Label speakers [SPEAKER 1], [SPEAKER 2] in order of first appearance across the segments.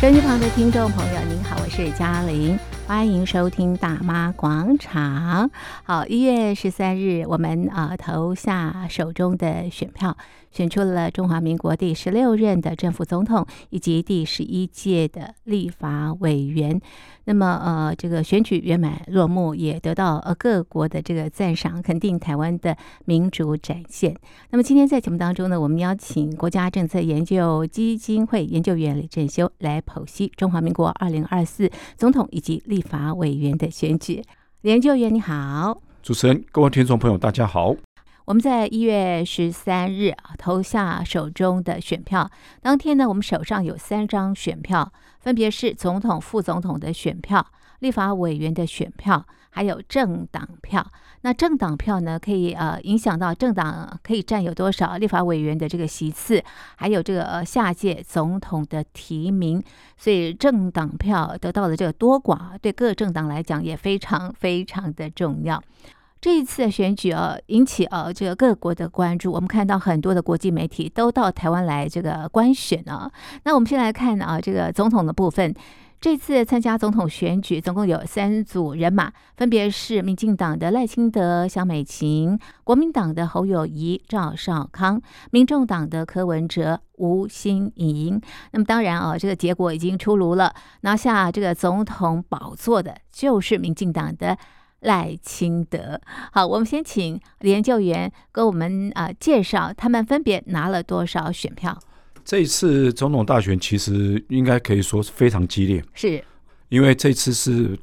[SPEAKER 1] 收音机旁的听众朋友，您好，我是嘉玲，欢迎收听《大妈广场》。好，一月十三日，我们啊、呃投下手中的选票，选出了中华民国第十六任的正副总统以及第十一届的立法委员。那么呃，这个选举圆满落幕，也得到呃各国的这个赞赏，肯定台湾的民主展现。那么今天在节目当中呢，我们邀请国家政策研究基金会研究员李正修来剖析中华民国二零二四总统以及立法委员的选举。李研究员你好，
[SPEAKER 2] 主持人、各位听众朋友，大家好。
[SPEAKER 1] 我们在一月十三日啊投下手中的选票，当天呢，我们手上有三张选票，分别是总统、副总统的选票、立法委员的选票，还有政党票。那政党票呢，可以呃影响到政党可以占有多少立法委员的这个席次，还有这个呃下届总统的提名。所以政党票得到的这个多寡，对各政党来讲也非常非常的重要。这一次的选举啊，引起啊这个各国的关注。我们看到很多的国际媒体都到台湾来这个观选啊。那我们先来看啊这个总统的部分。这次参加总统选举，总共有三组人马，分别是民进党的赖清德、萧美琴，国民党的侯友谊、赵少康，民众党的柯文哲、吴欣盈。那么当然啊，这个结果已经出炉了，拿下这个总统宝座的就是民进党的赖清德。好，我们先请研究员给我们啊、呃介绍他们分别拿了多少选票。
[SPEAKER 2] 这一次总统大选其实应该可以说是非常激烈，
[SPEAKER 1] 是，
[SPEAKER 2] 因为这次是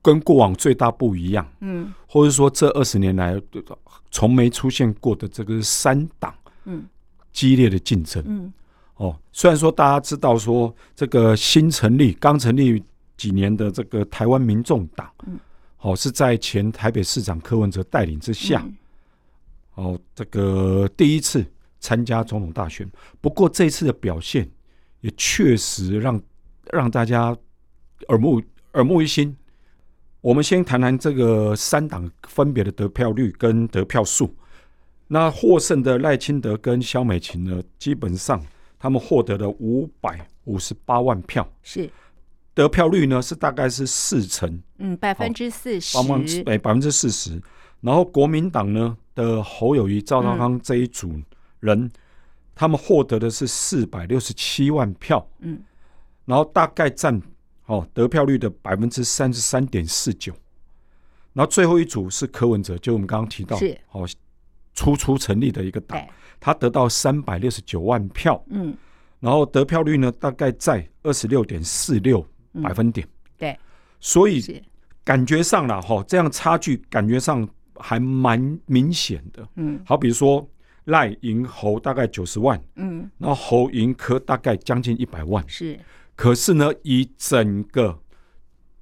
[SPEAKER 2] 跟过往最大不一样，
[SPEAKER 1] 嗯
[SPEAKER 2] 或者说这二十年来呃从没出现过的这个三党
[SPEAKER 1] 嗯
[SPEAKER 2] 激烈的竞争。
[SPEAKER 1] 嗯
[SPEAKER 2] 哦，虽然说大家知道说这个新成立、刚成立几年的这个台湾民众党，
[SPEAKER 1] 嗯
[SPEAKER 2] 哦是在前台北市长柯文哲带领之下，
[SPEAKER 1] 嗯
[SPEAKER 2] 哦，这个第一次参加总统大选，不过这一次的表现也确实让让大家耳目耳目一新。我们先谈谈这个三党分别的得票率跟得票数。那获胜的赖清德跟萧美琴呢，基本上他们获得了五百五十八万票，
[SPEAKER 1] 是，
[SPEAKER 2] 得票率呢是大概是四成，
[SPEAKER 1] 嗯百分之四十
[SPEAKER 2] 帮，忙哎百分之四十。然后国民党呢的侯友谊、赵少
[SPEAKER 1] 嗯
[SPEAKER 2] 康这一组人，他们获得的是四百六十七万票，
[SPEAKER 1] 嗯
[SPEAKER 2] 然后大概占哦得票率的百分之三十三点四九。然后最后一组是柯文哲，就我们刚刚提到
[SPEAKER 1] 是
[SPEAKER 2] 哦初初成立的一个党
[SPEAKER 1] 对，
[SPEAKER 2] 他得到三百六十九万票，
[SPEAKER 1] 嗯
[SPEAKER 2] 然后得票率呢大概在二十六点四六
[SPEAKER 1] 嗯
[SPEAKER 2] 百分点，
[SPEAKER 1] 对
[SPEAKER 2] 所以
[SPEAKER 1] 是
[SPEAKER 2] 感觉上啦，哈，这样差距感觉上还蛮明显的。
[SPEAKER 1] 嗯
[SPEAKER 2] 好比说赖赢侯大概九十万，
[SPEAKER 1] 嗯
[SPEAKER 2] 然后侯赢柯大概将近一百万。
[SPEAKER 1] 是
[SPEAKER 2] 可是呢，以整个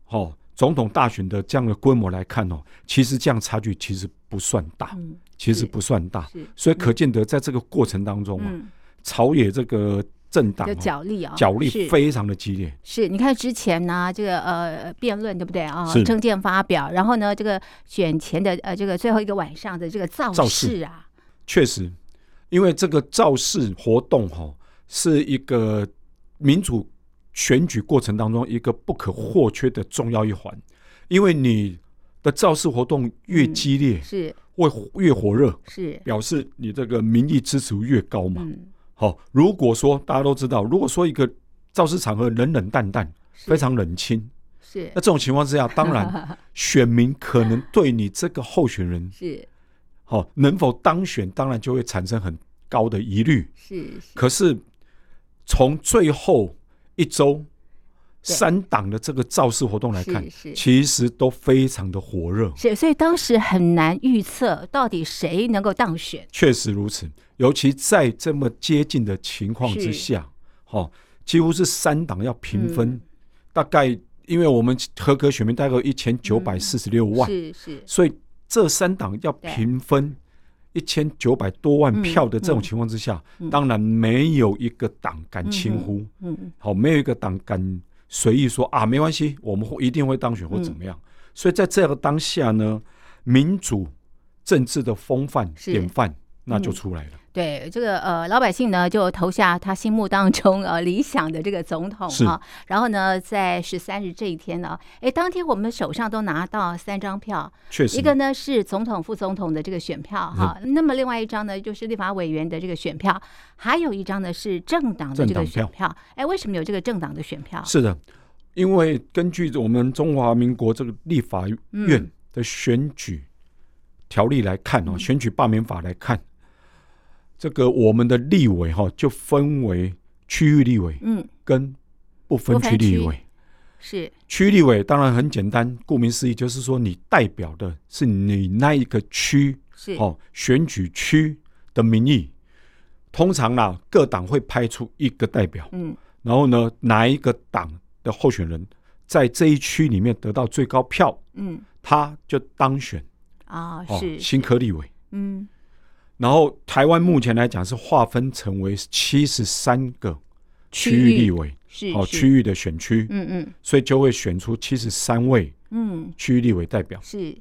[SPEAKER 2] 哦总统大选的这样的规模来看哦，其实这样差距其实不算大，
[SPEAKER 1] 嗯
[SPEAKER 2] 其实不算大。
[SPEAKER 1] 是
[SPEAKER 2] 所以可见得在这个过程当中啊，
[SPEAKER 1] 嗯
[SPEAKER 2] 朝野这个政党
[SPEAKER 1] 有
[SPEAKER 2] 哦
[SPEAKER 1] 角力啊
[SPEAKER 2] 角力
[SPEAKER 1] 是
[SPEAKER 2] 非常的激烈。
[SPEAKER 1] 是，你看之前呢，这个呃辩论对不对啊？
[SPEAKER 2] 是
[SPEAKER 1] 政见发表，然后呢，这个选前的呃这个最后一个晚上的这个造
[SPEAKER 2] 造
[SPEAKER 1] 势啊，
[SPEAKER 2] 确实，因为这个造势活动哈、是一个民主选举过程当中一个不可或缺的重要一环，因为你的造势活动越激烈，
[SPEAKER 1] 是
[SPEAKER 2] 会越火热，
[SPEAKER 1] 是，
[SPEAKER 2] 表示你这个民意支持度越高嘛。
[SPEAKER 1] 嗯，
[SPEAKER 2] 好、如果说大家都知道，如果说一个造势场合冷冷淡淡，
[SPEAKER 1] 是
[SPEAKER 2] 非常冷清，
[SPEAKER 1] 是
[SPEAKER 2] 那这种情况之下，当然选民可能对你这个候选人
[SPEAKER 1] 是
[SPEAKER 2] 好、能否当选，当然就会产生很高的疑虑。
[SPEAKER 1] 是是
[SPEAKER 2] 可是从最后一周
[SPEAKER 1] 对
[SPEAKER 2] 三党的这个造势活动来看，
[SPEAKER 1] 是是
[SPEAKER 2] 其实都非常的火热，
[SPEAKER 1] 是，所以当时很难预测到底谁能够当选，
[SPEAKER 2] 确实如此。尤其在这么接近的情况之下，哦，几乎是三党要平分，
[SPEAKER 1] 嗯
[SPEAKER 2] 大概因为我们合格选民大概有一千九百四十六万，
[SPEAKER 1] 是是
[SPEAKER 2] 所以这三党要
[SPEAKER 1] 对嗯
[SPEAKER 2] 平分一千九百多万票的这种情况之下，当然没有一个党敢轻忽，
[SPEAKER 1] 嗯
[SPEAKER 2] 好，没有一个党敢随意说啊，没关系，我们会一定会当
[SPEAKER 1] 嗯
[SPEAKER 2] 选或怎么样。所以在这个当下呢，民主政治的风范
[SPEAKER 1] 是嗯
[SPEAKER 2] 典范那就出来了。
[SPEAKER 1] 对这个呃老百姓呢，就投下他心目当中呃理想的这个总统
[SPEAKER 2] 是
[SPEAKER 1] 啊。然后呢，在十三日这一天呢，哎，当天我们手上都拿到三张票，
[SPEAKER 2] 确实
[SPEAKER 1] 一，个呢是总统、副总统的这个选票哈，
[SPEAKER 2] 嗯
[SPEAKER 1] 那么另外一张呢就是立法委员的这个选票，还有一张呢是政党的这
[SPEAKER 2] 政
[SPEAKER 1] 个
[SPEAKER 2] 党
[SPEAKER 1] 选
[SPEAKER 2] 票
[SPEAKER 1] 票。哎，为什么有这个政党的选票？
[SPEAKER 2] 是的，因为根据我们中华民国这个立法院
[SPEAKER 1] 嗯，
[SPEAKER 2] 的选举条例来看哦，
[SPEAKER 1] 嗯
[SPEAKER 2] 选举罢免法来看，这个我们的立委哈、就分为区域立委
[SPEAKER 1] 嗯，
[SPEAKER 2] 跟不分
[SPEAKER 1] 不分
[SPEAKER 2] 区立
[SPEAKER 1] 区
[SPEAKER 2] 委。
[SPEAKER 1] 是
[SPEAKER 2] 区立委当然很简单，顾名思义就是说你代表的是你那一个区
[SPEAKER 1] 是，
[SPEAKER 2] 哦选举区的民意。通常啦，各党会派出一个代表，
[SPEAKER 1] 嗯
[SPEAKER 2] 然后呢，哪一个党的候选人在这一区里面得到最高票，
[SPEAKER 1] 嗯
[SPEAKER 2] 他就当选
[SPEAKER 1] 啊、
[SPEAKER 2] 哦
[SPEAKER 1] 是
[SPEAKER 2] 新科立委。
[SPEAKER 1] 嗯
[SPEAKER 2] 然后台湾目前来讲是划分成为七十三个
[SPEAKER 1] 区
[SPEAKER 2] 区域
[SPEAKER 1] 域
[SPEAKER 2] 立委，
[SPEAKER 1] 是
[SPEAKER 2] 哦，
[SPEAKER 1] 是
[SPEAKER 2] 区域的选区，
[SPEAKER 1] 嗯嗯
[SPEAKER 2] 所以就会选出七十三位
[SPEAKER 1] 嗯
[SPEAKER 2] 区域立委代表。
[SPEAKER 1] 是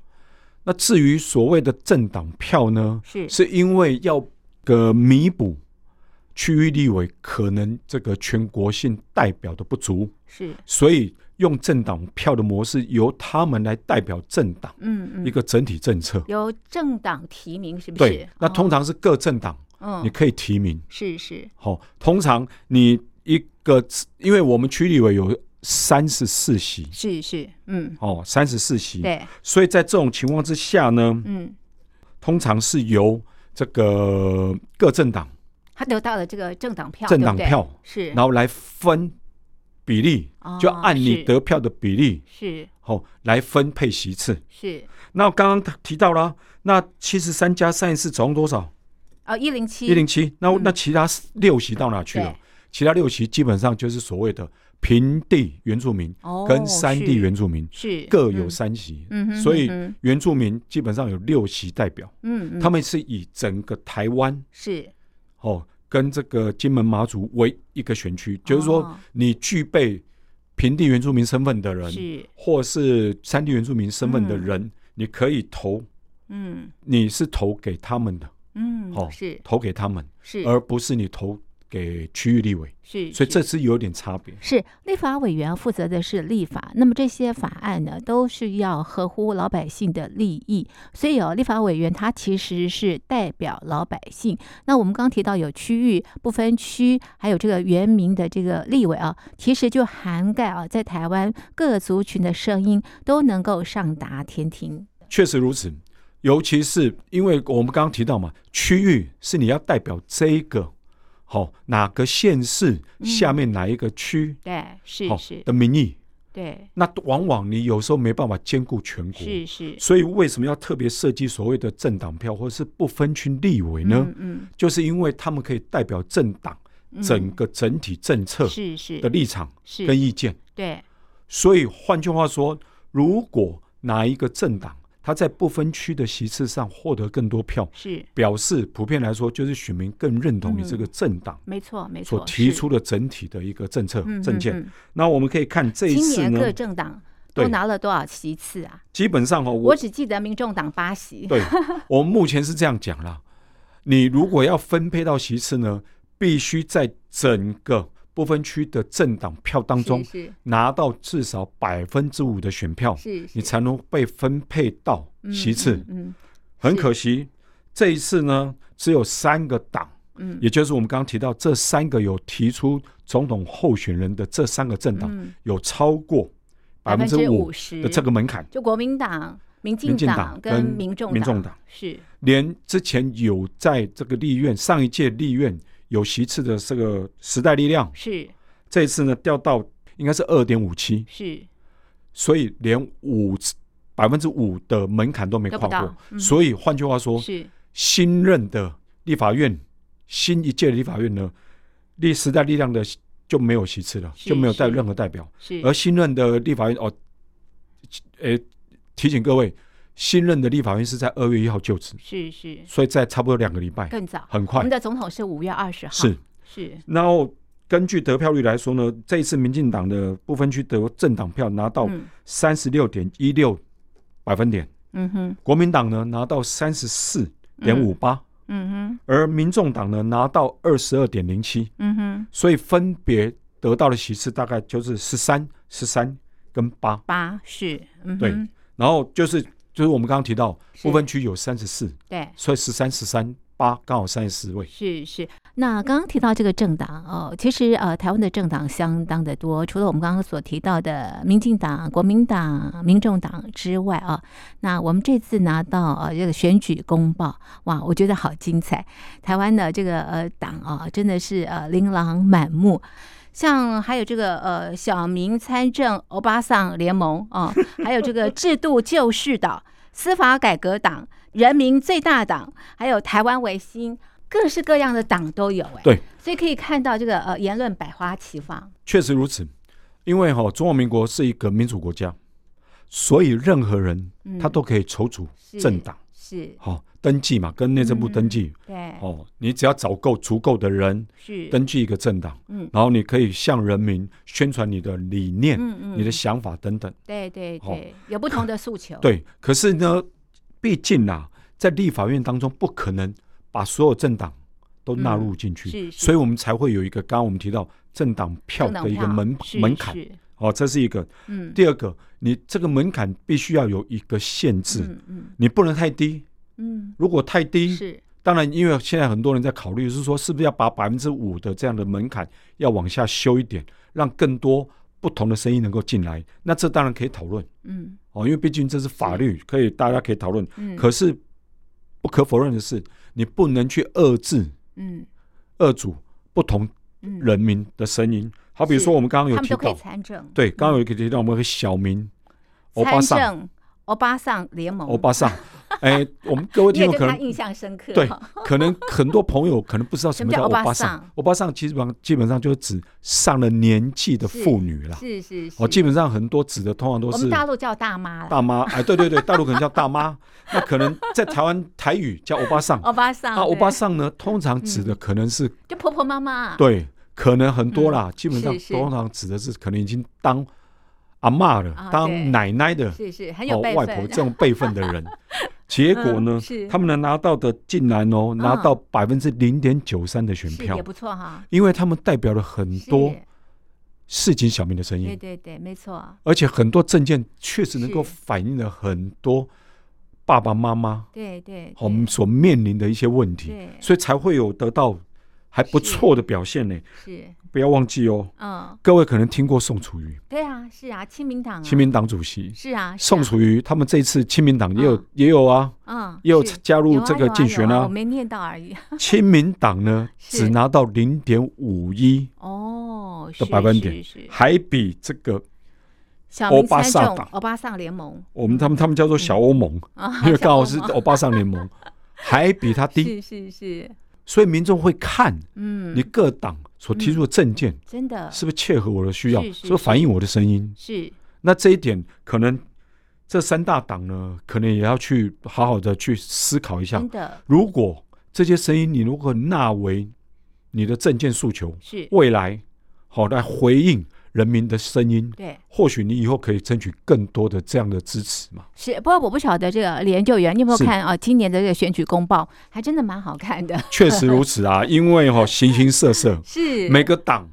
[SPEAKER 2] 那至于所谓的政党票呢，
[SPEAKER 1] 是
[SPEAKER 2] 是因为要个弥补区域立委可能这个全国性代表的不足，
[SPEAKER 1] 是
[SPEAKER 2] 所以用政党票的模式由他们来代表政党
[SPEAKER 1] 嗯嗯
[SPEAKER 2] 一个整体政策。
[SPEAKER 1] 由政党提名是不是？
[SPEAKER 2] 对，那通
[SPEAKER 1] 哦、
[SPEAKER 2] 常是各政党你
[SPEAKER 1] 嗯
[SPEAKER 2] 可以提名。
[SPEAKER 1] 是是
[SPEAKER 2] 好，通常你一个，因为我们区立委有三十四席，
[SPEAKER 1] 是是嗯
[SPEAKER 2] 哦，三十四席，
[SPEAKER 1] 对
[SPEAKER 2] 所以在这种情况之下呢，
[SPEAKER 1] 嗯，
[SPEAKER 2] 通常是由这个各政党
[SPEAKER 1] 他得到了这个政党票，
[SPEAKER 2] 政党
[SPEAKER 1] 对不对
[SPEAKER 2] 票
[SPEAKER 1] 是，
[SPEAKER 2] 然后来分比例，
[SPEAKER 1] 哦
[SPEAKER 2] 就按你
[SPEAKER 1] 是
[SPEAKER 2] 得票的比例
[SPEAKER 1] 是
[SPEAKER 2] 哦来分配席次。
[SPEAKER 1] 是
[SPEAKER 2] 那刚刚提到了，啊那七十三加三十四总共多少？
[SPEAKER 1] 哦一零七
[SPEAKER 2] 一零七。那
[SPEAKER 1] 嗯
[SPEAKER 2] 那其他六席到哪去了
[SPEAKER 1] 对？
[SPEAKER 2] 其他六席基本上就是所谓的平地原住民
[SPEAKER 1] 哦
[SPEAKER 2] 跟山地
[SPEAKER 1] 是
[SPEAKER 2] 原住民
[SPEAKER 1] 是
[SPEAKER 2] 各有
[SPEAKER 1] 嗯
[SPEAKER 2] 三席
[SPEAKER 1] 嗯哼，
[SPEAKER 2] 所以
[SPEAKER 1] 嗯哼
[SPEAKER 2] 原住民基本上有六席代表，
[SPEAKER 1] 嗯嗯
[SPEAKER 2] 他们是以整个台湾
[SPEAKER 1] 是
[SPEAKER 2] 哦，跟这个金门马祖为一个选区，就是说
[SPEAKER 1] 哦
[SPEAKER 2] 你具备平地原住民身份的人，
[SPEAKER 1] 是
[SPEAKER 2] 或是山地原住民身份的人，你可以投，
[SPEAKER 1] 嗯
[SPEAKER 2] 你是投给他们的，
[SPEAKER 1] 嗯
[SPEAKER 2] 哦
[SPEAKER 1] 是
[SPEAKER 2] 投给他们，
[SPEAKER 1] 是
[SPEAKER 2] 而不是你投给区域立委，
[SPEAKER 1] 是，
[SPEAKER 2] 所
[SPEAKER 1] 是
[SPEAKER 2] 以这是有点差别。
[SPEAKER 1] 是立法委员负责的是立法，那么这些法案呢，都是要合乎老百姓的利益，所以哦，立法委员他其实是代表老百姓。那我们刚提到有区域不分区，还有这个原民的这个立委啊，其实就涵盖啊，在台湾各族群的声音都能够上达天庭。
[SPEAKER 2] 确实如此，尤其是因为我们刚刚提到嘛，区域是你要代表这一个。好、哪个县市下面哪一个区
[SPEAKER 1] 对，嗯是
[SPEAKER 2] 好、
[SPEAKER 1] 是，
[SPEAKER 2] 的民意，
[SPEAKER 1] 对，
[SPEAKER 2] 那往往你有时候没办法兼顾全国，
[SPEAKER 1] 是是。
[SPEAKER 2] 所以为什么要特别设计所谓的政党票或者是不分区立委呢？
[SPEAKER 1] 嗯嗯
[SPEAKER 2] 就是因为他们可以代表政党
[SPEAKER 1] 嗯，
[SPEAKER 2] 整个整体政策
[SPEAKER 1] 是
[SPEAKER 2] 的
[SPEAKER 1] 是
[SPEAKER 2] 立场跟
[SPEAKER 1] 是，
[SPEAKER 2] 意见。
[SPEAKER 1] 对，
[SPEAKER 2] 所以换句话说，如果哪一个政党他在不分区的席次上获得更多票，
[SPEAKER 1] 是
[SPEAKER 2] 表示普遍来说就是选民更认同你这个政党
[SPEAKER 1] 没错嗯没错。
[SPEAKER 2] 所提
[SPEAKER 1] 是
[SPEAKER 2] 出的整体的一个政策
[SPEAKER 1] 嗯
[SPEAKER 2] 政
[SPEAKER 1] 嗯
[SPEAKER 2] 见。
[SPEAKER 1] 嗯
[SPEAKER 2] 那我们可以看这一
[SPEAKER 1] 今
[SPEAKER 2] 次
[SPEAKER 1] 年
[SPEAKER 2] 呢
[SPEAKER 1] 各，政党都
[SPEAKER 2] 对
[SPEAKER 1] 拿了多少席次啊？
[SPEAKER 2] 基本上哦，我
[SPEAKER 1] 我只记得民众党八席。
[SPEAKER 2] 对，我们目前是这样讲啦。你如果要分配到席次呢，必须在整个不分区的政党票当中
[SPEAKER 1] 是
[SPEAKER 2] 拿到至少百分之五的选票，
[SPEAKER 1] 是是，
[SPEAKER 2] 你才能被分配到
[SPEAKER 1] 嗯
[SPEAKER 2] 席次。
[SPEAKER 1] 嗯
[SPEAKER 2] 很可惜，这一次呢，只有三个党，
[SPEAKER 1] 嗯
[SPEAKER 2] 也就是我们刚刚提到这三个有提出总统候选人的这三个政党，
[SPEAKER 1] 嗯，
[SPEAKER 2] 有超过百分之五
[SPEAKER 1] 十
[SPEAKER 2] 的这个门槛。
[SPEAKER 1] 就国民党、民进
[SPEAKER 2] 民进党
[SPEAKER 1] 跟
[SPEAKER 2] 跟
[SPEAKER 1] 民众
[SPEAKER 2] 民众党
[SPEAKER 1] 是
[SPEAKER 2] 连之前有在这个立院上一届立院有席次的这个时代力量，
[SPEAKER 1] 是
[SPEAKER 2] 这一次呢掉到应该是二点五七，
[SPEAKER 1] 是
[SPEAKER 2] 所以连五百分之五的门槛都没
[SPEAKER 1] 都
[SPEAKER 2] 跨
[SPEAKER 1] 不到
[SPEAKER 2] 过。
[SPEAKER 1] 嗯
[SPEAKER 2] 所以换句话说，
[SPEAKER 1] 是
[SPEAKER 2] 新任的立法院，新一届的立法院呢，立时代力量的就没有席次了，
[SPEAKER 1] 是
[SPEAKER 2] 就没有带
[SPEAKER 1] 是
[SPEAKER 2] 任何代表。
[SPEAKER 1] 是
[SPEAKER 2] 而新任的立法院哦，呃，提醒各位，新任的立法院是在二月一号就职，
[SPEAKER 1] 是是
[SPEAKER 2] 所以在差不多两个礼拜。
[SPEAKER 1] 更早。
[SPEAKER 2] 很
[SPEAKER 1] 我
[SPEAKER 2] 快
[SPEAKER 1] 们的总统是五月二十号，
[SPEAKER 2] 是。
[SPEAKER 1] 是
[SPEAKER 2] 然后根据得票率来说呢，这一次民进党的不分区得政党票拿到
[SPEAKER 1] 嗯
[SPEAKER 2] 三十六点一六百分点，
[SPEAKER 1] 嗯哼
[SPEAKER 2] 国民党呢拿到三十四点五八
[SPEAKER 1] 嗯哼，
[SPEAKER 2] 而民众党呢拿到二十二点零七，
[SPEAKER 1] 嗯哼，
[SPEAKER 2] 所以分别得到的席次大概就是十三、十三跟八，
[SPEAKER 1] 八是，嗯
[SPEAKER 2] 对
[SPEAKER 1] 哼，
[SPEAKER 2] 然后就是就是我们刚刚提到
[SPEAKER 1] 是
[SPEAKER 2] 不分区有三十四，
[SPEAKER 1] 对，
[SPEAKER 2] 所以十三、十三、八刚好三十四位。
[SPEAKER 1] 是是，那刚刚提到这个政党哦，其实呃，台湾的政党相当的多，除了我们刚刚所提到的民进党、国民党、民众党之外啊，那我们这次拿到呃这个选举公报，哇，我觉得好精彩！台湾的这个呃党啊，真的是呃琳琅满目。像还有这个呃小民参政欧巴桑联盟啊，还有这个制度救世党、司法改革党、人民最大党，还有台湾维新，各式各样的党都有哎、
[SPEAKER 2] 对，
[SPEAKER 1] 所以可以看到这个呃言论百花齐放。
[SPEAKER 2] 确实如此，因为哈、中华民国是一个民主国家，所以任何人
[SPEAKER 1] 嗯
[SPEAKER 2] 他都可以筹组政党，
[SPEAKER 1] 是，嗯
[SPEAKER 2] 好、登记嘛，跟内政部登记。
[SPEAKER 1] 对，
[SPEAKER 2] 哦，你只要找够足够的人
[SPEAKER 1] 是，
[SPEAKER 2] 登记一个政党，
[SPEAKER 1] 嗯
[SPEAKER 2] 然后你可以向人民宣传你的理念、
[SPEAKER 1] 嗯嗯，哦
[SPEAKER 2] 你的想法等等。
[SPEAKER 1] 对对
[SPEAKER 2] 哦
[SPEAKER 1] 对，有不同的诉求。
[SPEAKER 2] 对，可是呢，毕竟啊，在立法院当中不可能把所有政党都纳入进去，
[SPEAKER 1] 是是
[SPEAKER 2] 所以我们才会有一个刚刚我们提到政党票
[SPEAKER 1] 政党
[SPEAKER 2] 的一个
[SPEAKER 1] 票
[SPEAKER 2] 门
[SPEAKER 1] 是
[SPEAKER 2] 门槛。
[SPEAKER 1] 是
[SPEAKER 2] 哦，这是一个。
[SPEAKER 1] 嗯，
[SPEAKER 2] 第二个，你这个门槛必须要有一个限制，
[SPEAKER 1] 嗯嗯
[SPEAKER 2] 你不能太低。
[SPEAKER 1] 嗯，
[SPEAKER 2] 如果太低，
[SPEAKER 1] 是
[SPEAKER 2] 当然，因为现在很多人在考虑是说，是不是要把百分之五的这样的门槛要往下修一点，让更多不同的声音能够进来。那这当然可以讨论
[SPEAKER 1] 嗯
[SPEAKER 2] 哦，因为毕竟这是法律，可以大家可以讨论。
[SPEAKER 1] 嗯，
[SPEAKER 2] 可是不可否认的是，你不能去遏制、
[SPEAKER 1] 嗯
[SPEAKER 2] 遏阻不同
[SPEAKER 1] 嗯，
[SPEAKER 2] 人民的声音。好，比如
[SPEAKER 1] 是
[SPEAKER 2] 说我们刚刚有
[SPEAKER 1] 他们
[SPEAKER 2] 提
[SPEAKER 1] 都可以
[SPEAKER 2] 到，
[SPEAKER 1] 参政，
[SPEAKER 2] 对，刚刚有提到我们有个小民欧巴
[SPEAKER 1] 参
[SPEAKER 2] 桑，
[SPEAKER 1] 政欧巴桑联盟，
[SPEAKER 2] 欧巴桑，哎，我们各位
[SPEAKER 1] 因为
[SPEAKER 2] 听众
[SPEAKER 1] 对
[SPEAKER 2] 可
[SPEAKER 1] 他
[SPEAKER 2] 能
[SPEAKER 1] 印象深刻，
[SPEAKER 2] 对，可能很多朋友可能不知道什么叫欧巴
[SPEAKER 1] 什么叫欧巴
[SPEAKER 2] 桑
[SPEAKER 1] 桑。
[SPEAKER 2] 欧巴桑基本上基本上就是指上了年纪的妇女啦。
[SPEAKER 1] 是是是，
[SPEAKER 2] 哦，基本上很多指的通常都
[SPEAKER 1] 我
[SPEAKER 2] 是
[SPEAKER 1] 们大陆叫大妈了，
[SPEAKER 2] 大妈。哎，对对对，大陆可能叫大妈，那可能在台湾台语叫欧巴桑。
[SPEAKER 1] 欧巴桑
[SPEAKER 2] 啊，欧
[SPEAKER 1] 哦对
[SPEAKER 2] 巴
[SPEAKER 1] 嗯
[SPEAKER 2] 桑呢，通常指的可能是
[SPEAKER 1] 就婆婆妈妈，
[SPEAKER 2] 对，可能很多啦。基本上
[SPEAKER 1] 嗯是是
[SPEAKER 2] 通常指的是可能已经当阿嬷
[SPEAKER 1] 啊
[SPEAKER 2] 了，
[SPEAKER 1] 对
[SPEAKER 2] 当奶奶的，
[SPEAKER 1] 是是很有
[SPEAKER 2] 哦，
[SPEAKER 1] 辈
[SPEAKER 2] 外婆
[SPEAKER 1] 分，
[SPEAKER 2] 这种辈分的 人，结果呢
[SPEAKER 1] 嗯是，嗯
[SPEAKER 2] 他们能拿到的竟然哦，拿到百分之零点九三的选
[SPEAKER 1] 是
[SPEAKER 2] 票
[SPEAKER 1] 也，不错哈，
[SPEAKER 2] 因为他们代表了很多
[SPEAKER 1] 是
[SPEAKER 2] 市井小民的声
[SPEAKER 1] 对
[SPEAKER 2] 音，
[SPEAKER 1] 对对，没错，
[SPEAKER 2] 而且很多证件确实能够
[SPEAKER 1] 是
[SPEAKER 2] 反映了很多爸爸妈妈
[SPEAKER 1] 对对，
[SPEAKER 2] 我
[SPEAKER 1] 对
[SPEAKER 2] 们哦所面临的一些问题，
[SPEAKER 1] 对
[SPEAKER 2] 所以才会有得到还不错的表现呢。
[SPEAKER 1] 是
[SPEAKER 2] 不要忘记哦，
[SPEAKER 1] 嗯，
[SPEAKER 2] 各位可能听过宋楚瑜，
[SPEAKER 1] 对啊，是啊，亲民党啊，
[SPEAKER 2] 亲民党主席。
[SPEAKER 1] 是啊，是
[SPEAKER 2] 宋
[SPEAKER 1] 啊
[SPEAKER 2] 楚瑜他们这次亲民党也有、
[SPEAKER 1] 嗯
[SPEAKER 2] 也有啊，
[SPEAKER 1] 嗯，
[SPEAKER 2] 也有
[SPEAKER 1] 是
[SPEAKER 2] 加入
[SPEAKER 1] 有啊
[SPEAKER 2] 这个
[SPEAKER 1] 有啊
[SPEAKER 2] 竞
[SPEAKER 1] 有
[SPEAKER 2] 选
[SPEAKER 1] 啊
[SPEAKER 2] 啊
[SPEAKER 1] 我没念到而已。
[SPEAKER 2] 亲民党呢，
[SPEAKER 1] 是
[SPEAKER 2] 只拿到零点五一，
[SPEAKER 1] 哦，是
[SPEAKER 2] 的百分
[SPEAKER 1] 是
[SPEAKER 2] 点
[SPEAKER 1] 是
[SPEAKER 2] 还比这个
[SPEAKER 1] 小
[SPEAKER 2] 欧
[SPEAKER 1] 民
[SPEAKER 2] 巴
[SPEAKER 1] 参
[SPEAKER 2] 桑
[SPEAKER 1] 政
[SPEAKER 2] 党
[SPEAKER 1] 欧巴桑联盟
[SPEAKER 2] 我们他们他们叫做小欧 盟，
[SPEAKER 1] 啊，
[SPEAKER 2] 因为刚好
[SPEAKER 1] 嗯小
[SPEAKER 2] 是
[SPEAKER 1] 欧盟
[SPEAKER 2] 欧巴桑 联盟，还比它
[SPEAKER 1] 是
[SPEAKER 2] 低，
[SPEAKER 1] 是是，
[SPEAKER 2] 所以民众会看
[SPEAKER 1] 嗯
[SPEAKER 2] 你，各党所提出的证件
[SPEAKER 1] 真的
[SPEAKER 2] 是不是切合我的需要，
[SPEAKER 1] 是是
[SPEAKER 2] 是不是反映我的声音。
[SPEAKER 1] 是
[SPEAKER 2] 那这一点可能这三大党呢，可能也要去好好的去思考一下
[SPEAKER 1] 真，的
[SPEAKER 2] 如果这些声音你如果纳为你的证件诉求，
[SPEAKER 1] 是，
[SPEAKER 2] 未来好来回应人民的声音，
[SPEAKER 1] 对
[SPEAKER 2] 或许你以后可以争取更多的这样的支持 嘛。
[SPEAKER 1] 是。不过我不晓得这个研究员你有没有
[SPEAKER 2] 是
[SPEAKER 1] 看啊？今年的这个选举公报还真的蛮好看的，
[SPEAKER 2] 确实如此 啊，因为哈、形形色色，
[SPEAKER 1] 是
[SPEAKER 2] 每个党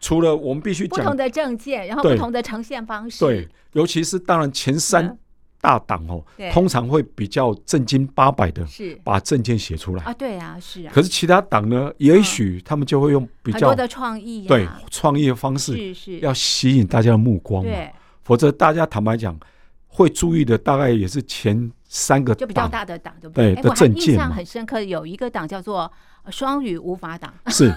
[SPEAKER 2] 除了我们必须
[SPEAKER 1] 不同
[SPEAKER 2] 讲
[SPEAKER 1] 的证件，然后
[SPEAKER 2] 对
[SPEAKER 1] 不同的呈现方式，
[SPEAKER 2] 对，尤其是当然前
[SPEAKER 1] 嗯
[SPEAKER 2] 三大党哦
[SPEAKER 1] 对，
[SPEAKER 2] 通常会比较正经八百的
[SPEAKER 1] 是
[SPEAKER 2] 把证件写出来。
[SPEAKER 1] 啊，对啊，是啊，
[SPEAKER 2] 可是其他党呢，也许他们就会用比
[SPEAKER 1] 嗯很多
[SPEAKER 2] 较
[SPEAKER 1] 的创意呀
[SPEAKER 2] 对创业方式，
[SPEAKER 1] 是是，
[SPEAKER 2] 要吸引大家的目光嘛。
[SPEAKER 1] 对，
[SPEAKER 2] 否则大家坦白讲，会注意的大概也是前三个
[SPEAKER 1] 就比较
[SPEAKER 2] 党
[SPEAKER 1] 大的党，对不对？
[SPEAKER 2] 对
[SPEAKER 1] 哎
[SPEAKER 2] 的
[SPEAKER 1] 我还
[SPEAKER 2] 政
[SPEAKER 1] 印
[SPEAKER 2] 见
[SPEAKER 1] 象
[SPEAKER 2] 嘛
[SPEAKER 1] 很深刻，有一个党叫做呃双语无法党，
[SPEAKER 2] 是，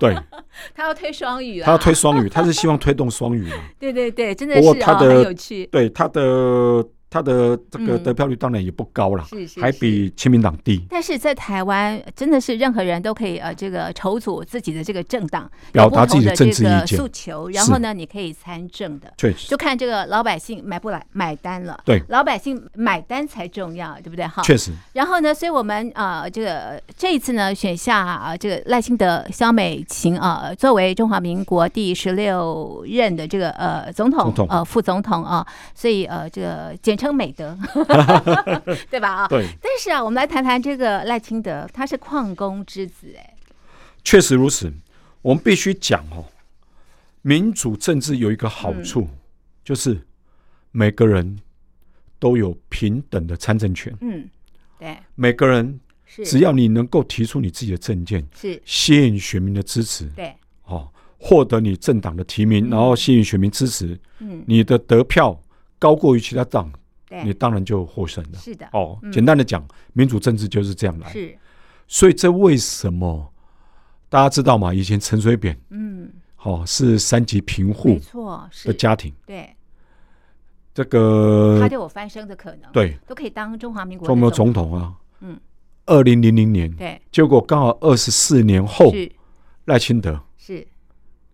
[SPEAKER 2] 对，
[SPEAKER 1] 他要推双语啊
[SPEAKER 2] 他要，推双语，他是希望推动双语嘛。
[SPEAKER 1] 对对对，真的
[SPEAKER 2] 不过
[SPEAKER 1] 是
[SPEAKER 2] 他
[SPEAKER 1] 啊，
[SPEAKER 2] 的
[SPEAKER 1] 很有趣，
[SPEAKER 2] 对，他的他的这个
[SPEAKER 1] 嗯
[SPEAKER 2] 得票率当然也不高啦，
[SPEAKER 1] 是是
[SPEAKER 2] 还
[SPEAKER 1] 是
[SPEAKER 2] 比亲民党低。
[SPEAKER 1] 但是在台湾，真的是任何人都可以呃，这个筹组自己的这个政党，
[SPEAKER 2] 表达
[SPEAKER 1] 有不同
[SPEAKER 2] 自己的政治意见
[SPEAKER 1] 这个诉求，然后呢，你可以参政的，
[SPEAKER 2] 确实
[SPEAKER 1] 就，看这个老百姓买不来买单了。
[SPEAKER 2] 对
[SPEAKER 1] 老百姓买单才重要，对不对？哈。
[SPEAKER 2] 确实，
[SPEAKER 1] 然后呢，所以我们呃，这个这一次呢，选下啊、这个赖清德、肖美琴啊、呃作为中华民国第十六任的这个呃总统
[SPEAKER 2] 总统
[SPEAKER 1] 呃副总统啊、所以呃，这个简称称美 德，对吧？啊，
[SPEAKER 2] 对，
[SPEAKER 1] 但是啊，我们来谈谈这个赖清德，他是矿工之子，哎，
[SPEAKER 2] 确实如此。我们必须讲哦，民主政治有一个好处，
[SPEAKER 1] 嗯
[SPEAKER 2] 就是每个人都有平等的参政权，
[SPEAKER 1] 嗯，对，
[SPEAKER 2] 每个人
[SPEAKER 1] 是
[SPEAKER 2] 只要你能够提出你自己的政见，
[SPEAKER 1] 是，
[SPEAKER 2] 吸引选民的支持，
[SPEAKER 1] 对，
[SPEAKER 2] 哦，获得你政党的提名，
[SPEAKER 1] 嗯
[SPEAKER 2] 然后吸引选民支持，
[SPEAKER 1] 嗯，
[SPEAKER 2] 你的得票高过于其他党，你
[SPEAKER 1] 对，
[SPEAKER 2] 当然就获胜了。
[SPEAKER 1] 是的，
[SPEAKER 2] 哦，
[SPEAKER 1] 嗯
[SPEAKER 2] 简单的讲，民主政治就是这样来。
[SPEAKER 1] 是，
[SPEAKER 2] 所以这为什么大家知道嘛？以前陈水扁
[SPEAKER 1] 嗯，
[SPEAKER 2] 哦是三级贫
[SPEAKER 1] 没
[SPEAKER 2] 户
[SPEAKER 1] 错，是
[SPEAKER 2] 的，家庭，
[SPEAKER 1] 对，
[SPEAKER 2] 这
[SPEAKER 1] 他
[SPEAKER 2] 个
[SPEAKER 1] 就有翻身的可能，，
[SPEAKER 2] 呃对
[SPEAKER 1] 都可以当中华民国
[SPEAKER 2] 中国
[SPEAKER 1] 的总
[SPEAKER 2] 总统啊，
[SPEAKER 1] 嗯，
[SPEAKER 2] 二零零零年，
[SPEAKER 1] 对，
[SPEAKER 2] 结果刚好二十四年后，
[SPEAKER 1] 是
[SPEAKER 2] 赖清德
[SPEAKER 1] 是，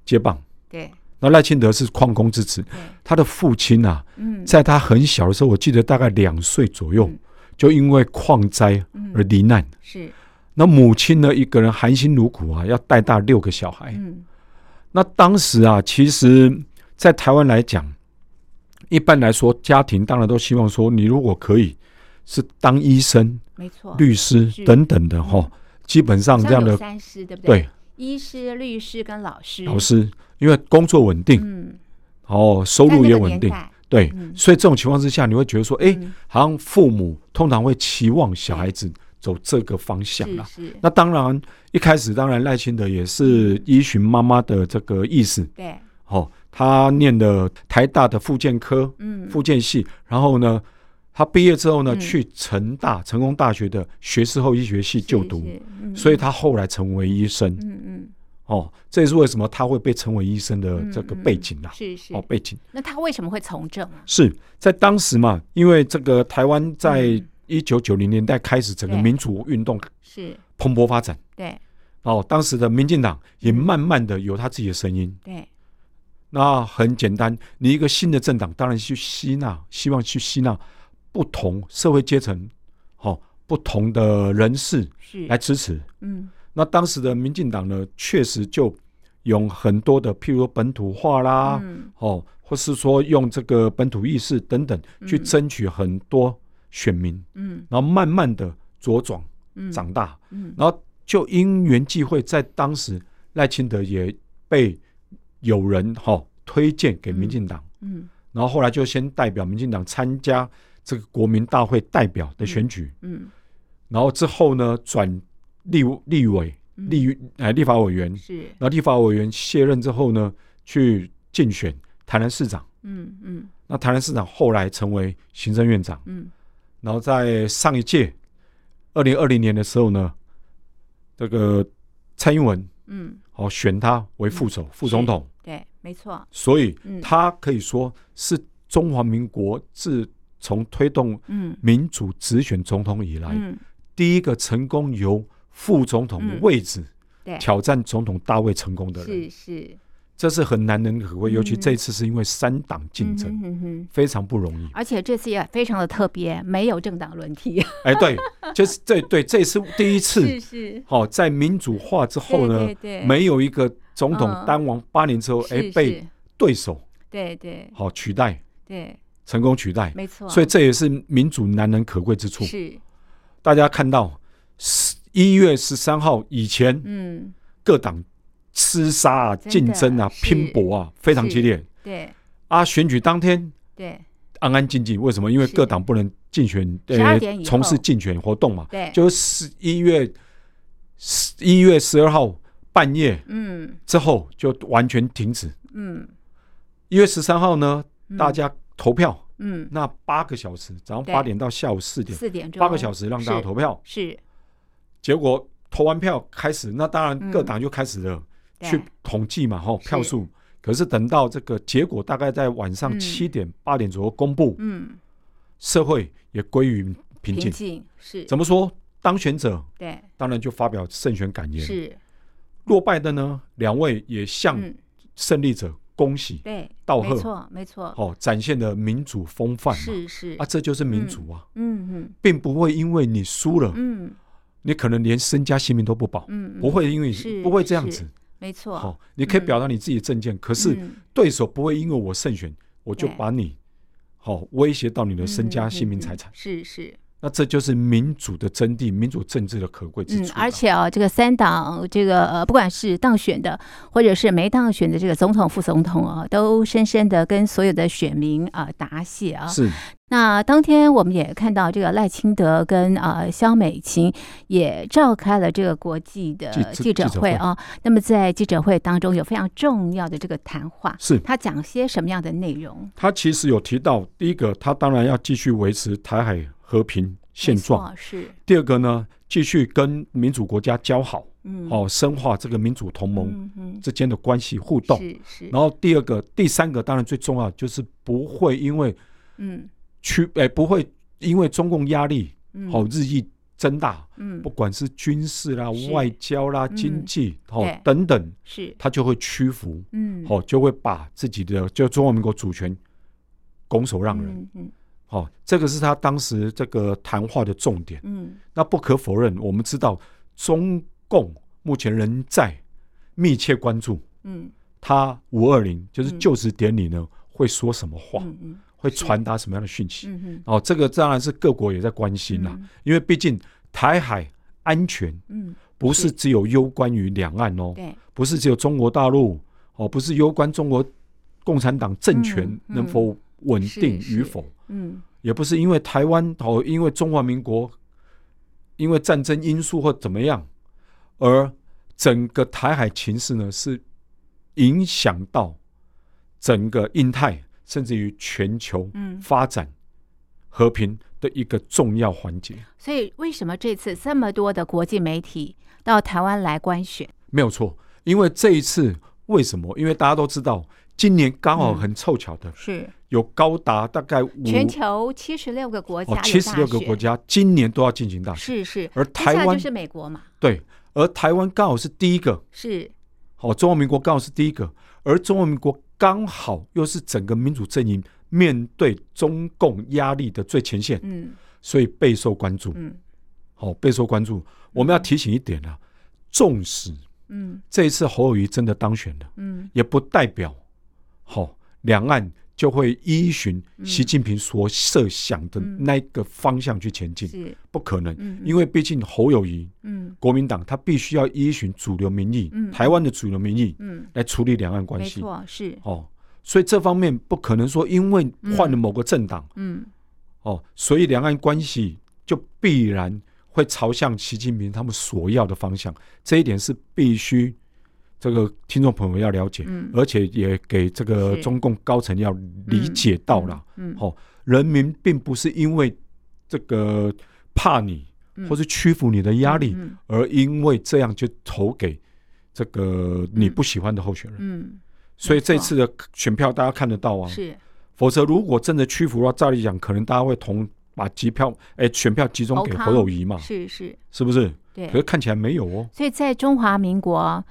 [SPEAKER 2] 接棒。
[SPEAKER 1] 对，
[SPEAKER 2] 那赖清德是矿工之子，
[SPEAKER 1] 对，
[SPEAKER 2] 他的父亲啊，
[SPEAKER 1] 嗯，
[SPEAKER 2] 在他很小的时候，我记得大概两岁左右
[SPEAKER 1] 嗯，
[SPEAKER 2] 就因为矿灾而
[SPEAKER 1] 嗯，
[SPEAKER 2] 罹难。
[SPEAKER 1] 是，
[SPEAKER 2] 那母亲呢，一个人含辛茹苦啊，要带大六个小孩。
[SPEAKER 1] 嗯，
[SPEAKER 2] 那当时啊，其实，在台湾来讲，一般来说，家庭当然都希望说，你如果可以，是当医生、
[SPEAKER 1] 没错，
[SPEAKER 2] 律师
[SPEAKER 1] 啊是
[SPEAKER 2] 等等的哈。基本上
[SPEAKER 1] 好
[SPEAKER 2] 这
[SPEAKER 1] 像
[SPEAKER 2] 样
[SPEAKER 1] 有
[SPEAKER 2] 的
[SPEAKER 1] 三师，对不对？
[SPEAKER 2] 对
[SPEAKER 1] 对，医师、律师跟老师，
[SPEAKER 2] 老，师，因为工作稳定，
[SPEAKER 1] 嗯，
[SPEAKER 2] 哦，收
[SPEAKER 1] 在
[SPEAKER 2] 入
[SPEAKER 1] 那
[SPEAKER 2] 也
[SPEAKER 1] 个
[SPEAKER 2] 稳
[SPEAKER 1] 年
[SPEAKER 2] 定，
[SPEAKER 1] 代
[SPEAKER 2] 对，
[SPEAKER 1] 嗯
[SPEAKER 2] 所以这种情况之下，你会觉得说，哎、
[SPEAKER 1] 嗯
[SPEAKER 2] 好像父母通常会期望小孩子走这个方向啦。
[SPEAKER 1] 是是，
[SPEAKER 2] 那当然，一开始当然赖清德也是依循妈妈的这个意思，
[SPEAKER 1] 对，
[SPEAKER 2] 哦，他念了台大的复健科、
[SPEAKER 1] 嗯，
[SPEAKER 2] 复健系，然后呢，他毕业之后呢，
[SPEAKER 1] 嗯
[SPEAKER 2] 去成大成功大学的学士后医学系就读，
[SPEAKER 1] 是，
[SPEAKER 2] 所以
[SPEAKER 1] 以，
[SPEAKER 2] 他后来成为医生。
[SPEAKER 1] 嗯嗯，
[SPEAKER 2] 哦，这也是为什么他会被称为医生的这个
[SPEAKER 1] 嗯嗯
[SPEAKER 2] 背景啦。
[SPEAKER 1] 是是
[SPEAKER 2] 哦，，背景
[SPEAKER 1] 那他为什么会从政啊？
[SPEAKER 2] 是在当时嘛，因为这个台湾在
[SPEAKER 1] 嗯
[SPEAKER 2] 一九九零年代开始整个
[SPEAKER 1] 对
[SPEAKER 2] 民主运动
[SPEAKER 1] 是
[SPEAKER 2] 蓬勃发展。
[SPEAKER 1] 对
[SPEAKER 2] 哦，当时的民进党也慢慢的有他自己的声音。
[SPEAKER 1] 对，
[SPEAKER 2] 那很简单，你一个新的政党，当然去吸纳，希望去吸纳不同社会阶层，哦，不同的人士
[SPEAKER 1] 是
[SPEAKER 2] 来，支持。
[SPEAKER 1] 嗯
[SPEAKER 2] 那当时的民进党呢，确实就有很多的，譬如说本土化啦，
[SPEAKER 1] 嗯
[SPEAKER 2] 哦，或是说用这个本土意识等等，去
[SPEAKER 1] 嗯
[SPEAKER 2] 争取很多选民，
[SPEAKER 1] 嗯
[SPEAKER 2] 然后慢慢的茁壮
[SPEAKER 1] 嗯，
[SPEAKER 2] 长大，
[SPEAKER 1] 嗯
[SPEAKER 2] 然后就因缘际会，在当时赖清德也被有人哈、哦推荐给民进党，
[SPEAKER 1] 嗯
[SPEAKER 2] 然后后来就先代表民进党参加这个国民大会代表的选举，
[SPEAKER 1] 嗯
[SPEAKER 2] 然后之后呢转立立委、
[SPEAKER 1] 嗯
[SPEAKER 2] 立哎立法委员，
[SPEAKER 1] 是，
[SPEAKER 2] 然后立法委员卸任之后呢，去竞选台南市长。
[SPEAKER 1] 嗯嗯
[SPEAKER 2] 那台南市长后来成为行政院长，
[SPEAKER 1] 嗯
[SPEAKER 2] 然后在上一届二零二零年的时候呢，这个蔡英文
[SPEAKER 1] 嗯，
[SPEAKER 2] 哦选他为副手、副总统，
[SPEAKER 1] 对，没错，
[SPEAKER 2] 所以
[SPEAKER 1] 嗯
[SPEAKER 2] 他可以说是中华民国自从推动
[SPEAKER 1] 嗯
[SPEAKER 2] 民主直选总统以来，
[SPEAKER 1] 嗯
[SPEAKER 2] 第一个成功由副总统的位置、
[SPEAKER 1] 对，
[SPEAKER 2] 挑战总统大位成功的人，
[SPEAKER 1] 是是
[SPEAKER 2] 这是很难能可贵。
[SPEAKER 1] 嗯
[SPEAKER 2] 尤其这一次是因为三党竞争，
[SPEAKER 1] 嗯哼哼哼
[SPEAKER 2] 非常不容易。
[SPEAKER 1] 而且这次也非常的特别，没有政党轮替，
[SPEAKER 2] 哎，对，就是这对，这 是第一次。
[SPEAKER 1] 是，
[SPEAKER 2] 好、在民主化之后呢，
[SPEAKER 1] 对对对
[SPEAKER 2] 没有一个总统
[SPEAKER 1] 嗯
[SPEAKER 2] 当王八年之后，哎、
[SPEAKER 1] 是
[SPEAKER 2] 被
[SPEAKER 1] 是
[SPEAKER 2] 对手
[SPEAKER 1] 对对
[SPEAKER 2] 好、取代，
[SPEAKER 1] 对，
[SPEAKER 2] 成功取代。
[SPEAKER 1] 没错，
[SPEAKER 2] 所以这也是民主难能可贵之处。
[SPEAKER 1] 是
[SPEAKER 2] 大家看到一月十三号以前，
[SPEAKER 1] 嗯
[SPEAKER 2] 各党厮杀啊、
[SPEAKER 1] 真的
[SPEAKER 2] 竞争啊、
[SPEAKER 1] 是
[SPEAKER 2] 拼搏啊，非常激烈
[SPEAKER 1] 对
[SPEAKER 2] 啊。选举当天
[SPEAKER 1] 对
[SPEAKER 2] 安安静静，为什么？因为
[SPEAKER 1] 是
[SPEAKER 2] 各党不能竞选，呃
[SPEAKER 1] 12点以后
[SPEAKER 2] 从事竞选活动嘛。
[SPEAKER 1] 对，
[SPEAKER 2] 就十一月十一月十二号半夜
[SPEAKER 1] 嗯
[SPEAKER 2] 之后就完全停止。
[SPEAKER 1] 嗯，
[SPEAKER 2] 一月十三号呢，大家投票，
[SPEAKER 1] 嗯
[SPEAKER 2] 那八个小时，早上
[SPEAKER 1] 对
[SPEAKER 2] 八点到下午四点，
[SPEAKER 1] 四点钟
[SPEAKER 2] 八个小时让大家
[SPEAKER 1] 啊是
[SPEAKER 2] 投票。
[SPEAKER 1] 是
[SPEAKER 2] 结果投完票开始，那当然各
[SPEAKER 1] 嗯
[SPEAKER 2] 党就开始了、
[SPEAKER 1] 对
[SPEAKER 2] 去统计嘛，吼
[SPEAKER 1] 是
[SPEAKER 2] 票数。可是等到这个结果大概在晚上
[SPEAKER 1] 嗯
[SPEAKER 2] 七点八点左右公布，
[SPEAKER 1] 嗯
[SPEAKER 2] 社会也归于平
[SPEAKER 1] 平
[SPEAKER 2] 静。
[SPEAKER 1] 静是
[SPEAKER 2] 怎么说？当选者
[SPEAKER 1] 对
[SPEAKER 2] 当然就发表胜选感言，
[SPEAKER 1] 是
[SPEAKER 2] 落败的呢，两位也向
[SPEAKER 1] 嗯
[SPEAKER 2] 胜利者恭喜、
[SPEAKER 1] 对
[SPEAKER 2] 道
[SPEAKER 1] 没
[SPEAKER 2] 贺，
[SPEAKER 1] 错没错
[SPEAKER 2] 哦，展现了民主风范嘛。
[SPEAKER 1] 是是
[SPEAKER 2] 啊，这就是民主啊，
[SPEAKER 1] 嗯嗯
[SPEAKER 2] 并不会因为你输了，
[SPEAKER 1] 嗯
[SPEAKER 2] 你可能连身家性命都不保，
[SPEAKER 1] 嗯
[SPEAKER 2] 不
[SPEAKER 1] 嗯
[SPEAKER 2] 会因为
[SPEAKER 1] 是
[SPEAKER 2] 不会这样子
[SPEAKER 1] 是。没错
[SPEAKER 2] 好、你可以
[SPEAKER 1] 嗯
[SPEAKER 2] 表达你自己的政见，可是
[SPEAKER 1] 嗯
[SPEAKER 2] 对手不会因为我胜选，我就
[SPEAKER 1] 对
[SPEAKER 2] 把你好、威胁到你的身家、
[SPEAKER 1] 嗯
[SPEAKER 2] 性命、
[SPEAKER 1] 嗯
[SPEAKER 2] 财产
[SPEAKER 1] 嗯。是是，
[SPEAKER 2] 那这就是民主的真谛，民主政治的可贵之
[SPEAKER 1] 嗯
[SPEAKER 2] 处，啊、
[SPEAKER 1] 而且啊，这个三党这个呃，不管是当选的，或者是没当选的这个总统、副总统啊，都深深的跟所有的选民啊答谢啊。
[SPEAKER 2] 是
[SPEAKER 1] 那当天我们也看到，这个赖清德跟呃肖美琴也召开了这个国际的
[SPEAKER 2] 记记
[SPEAKER 1] 记者
[SPEAKER 2] 记者
[SPEAKER 1] 会
[SPEAKER 2] 会
[SPEAKER 1] 啊。那么在记者会当中有非常重要的这个谈话，
[SPEAKER 2] 是。
[SPEAKER 1] 他讲些什么样的内容？
[SPEAKER 2] 他其实有提到，第一个，他当然要继续维持台海和平现状；
[SPEAKER 1] 没错是
[SPEAKER 2] 第二个呢，继续跟民主国家交好，
[SPEAKER 1] 嗯
[SPEAKER 2] 哦，深化这个民主同盟
[SPEAKER 1] 嗯嗯
[SPEAKER 2] 之间的关系互动。
[SPEAKER 1] 是是，
[SPEAKER 2] 然后第二个、第三个，当然最重要就是不会因为
[SPEAKER 1] 嗯
[SPEAKER 2] 区，哎，不会因为中共压力
[SPEAKER 1] 嗯
[SPEAKER 2] 哦日益增大，
[SPEAKER 1] 嗯
[SPEAKER 2] 不管是军事啦
[SPEAKER 1] 是、
[SPEAKER 2] 外交啦、
[SPEAKER 1] 嗯
[SPEAKER 2] 经济哦
[SPEAKER 1] 对
[SPEAKER 2] 等等，
[SPEAKER 1] 是
[SPEAKER 2] 他就会屈服，
[SPEAKER 1] 嗯
[SPEAKER 2] 哦，就会把自己的就中华民国主权拱手让人。
[SPEAKER 1] 嗯嗯
[SPEAKER 2] 哦，这个是他当时这个谈话的重点。
[SPEAKER 1] 嗯
[SPEAKER 2] 那不可否认，我们知道中共目前仍在密切关注
[SPEAKER 1] 嗯
[SPEAKER 2] 他五二零就是
[SPEAKER 1] 嗯
[SPEAKER 2] 就职典礼呢、会说什么话，
[SPEAKER 1] 嗯嗯
[SPEAKER 2] 会传达什么样的讯息。
[SPEAKER 1] 嗯嗯
[SPEAKER 2] 哦，这个当然是各国也在关心啦、
[SPEAKER 1] 嗯
[SPEAKER 2] 因为毕竟台海安全
[SPEAKER 1] 嗯
[SPEAKER 2] 不
[SPEAKER 1] 是
[SPEAKER 2] 是只有攸关于两岸哦，
[SPEAKER 1] 对
[SPEAKER 2] 不是只有中国大陆哦，不是攸关中国共产党政
[SPEAKER 1] 嗯
[SPEAKER 2] 权
[SPEAKER 1] 嗯
[SPEAKER 2] 能否稳
[SPEAKER 1] 是
[SPEAKER 2] 定
[SPEAKER 1] 是
[SPEAKER 2] 与否。
[SPEAKER 1] 嗯
[SPEAKER 2] 也不是因为台湾哦，因为中华民国因为战争因素或怎么样，而整个台海情势呢是影响到整个印太甚至于全球
[SPEAKER 1] 嗯。
[SPEAKER 2] 发展和平的一个重要环节，
[SPEAKER 1] 所以为什么这次这么多的国际媒体到台湾来观选？
[SPEAKER 2] 没有错。因为这一次为什么？因为大家都知道，今年刚好很凑巧的、
[SPEAKER 1] 是
[SPEAKER 2] 有高达大概五
[SPEAKER 1] 全球七十六个国家有
[SPEAKER 2] 哦
[SPEAKER 1] 大选，
[SPEAKER 2] 七十六个国家今年都要进行大
[SPEAKER 1] 是
[SPEAKER 2] 选，
[SPEAKER 1] 是，
[SPEAKER 2] 而
[SPEAKER 1] 接
[SPEAKER 2] 台
[SPEAKER 1] 下来
[SPEAKER 2] 湾
[SPEAKER 1] 就是美国嘛，
[SPEAKER 2] 对，而台湾刚好是第一个。
[SPEAKER 1] 是
[SPEAKER 2] 好、中华民国刚好是第一个，而中华民国刚好又是整个民主阵营面对中共压力的最前线，
[SPEAKER 1] 嗯
[SPEAKER 2] 所以备受关注。
[SPEAKER 1] 嗯
[SPEAKER 2] 好、备受关注。我们要提醒一点啊，纵使
[SPEAKER 1] 嗯
[SPEAKER 2] 这一次侯友谊真的当选了，
[SPEAKER 1] 嗯
[SPEAKER 2] 也不代表好、两岸就会依循习近平所设想的
[SPEAKER 1] 嗯
[SPEAKER 2] 那个方向去前进，
[SPEAKER 1] 是
[SPEAKER 2] 不可能。
[SPEAKER 1] 嗯嗯
[SPEAKER 2] 因为毕竟侯友谊，
[SPEAKER 1] 嗯
[SPEAKER 2] 国民党他必须要依循主流民意，
[SPEAKER 1] 嗯
[SPEAKER 2] 台湾的主流民意
[SPEAKER 1] 嗯，
[SPEAKER 2] 来处理两岸关
[SPEAKER 1] 没
[SPEAKER 2] 系。
[SPEAKER 1] 错是
[SPEAKER 2] 哦，所以这方面不可能说因为换了某个政党、
[SPEAKER 1] 嗯
[SPEAKER 2] 哦，所以两岸关系就必然会朝向习近平他们所要的方向，这一点是必须这个听众朋友要了解，
[SPEAKER 1] 嗯
[SPEAKER 2] 而且也给这个
[SPEAKER 1] 是
[SPEAKER 2] 中共高层要理解到了，
[SPEAKER 1] 嗯
[SPEAKER 2] 哦，人民并不是因为这个怕你
[SPEAKER 1] 嗯
[SPEAKER 2] 或是屈服你的压力，
[SPEAKER 1] 嗯
[SPEAKER 2] 而因为这样就投给这个你不喜欢的候选人。
[SPEAKER 1] 嗯
[SPEAKER 2] 所以这次的选票大家看得到啊，
[SPEAKER 1] 是
[SPEAKER 2] 否则如果真的屈服的话，照理讲，可能大家会同把集票，哎，选票集中给侯友谊嘛，
[SPEAKER 1] 是是
[SPEAKER 2] 是不是？可是
[SPEAKER 1] 对，
[SPEAKER 2] 看起来没有哦，
[SPEAKER 1] 所以在中华民国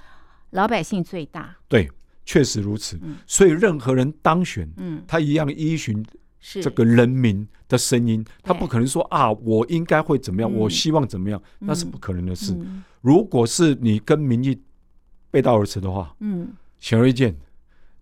[SPEAKER 1] 老百姓最大，
[SPEAKER 2] 对，确实如此
[SPEAKER 1] 嗯。
[SPEAKER 2] 所以任何人当选，
[SPEAKER 1] 嗯
[SPEAKER 2] 他一样依循
[SPEAKER 1] 是
[SPEAKER 2] 这个人民的声音，他
[SPEAKER 1] 对
[SPEAKER 2] 不可能说啊，我应该会怎么
[SPEAKER 1] 嗯
[SPEAKER 2] 样，我希望怎么样，那是不可能的事。
[SPEAKER 1] 嗯
[SPEAKER 2] 如果是你跟民意背道而驰的话，
[SPEAKER 1] 嗯
[SPEAKER 2] 显而易见，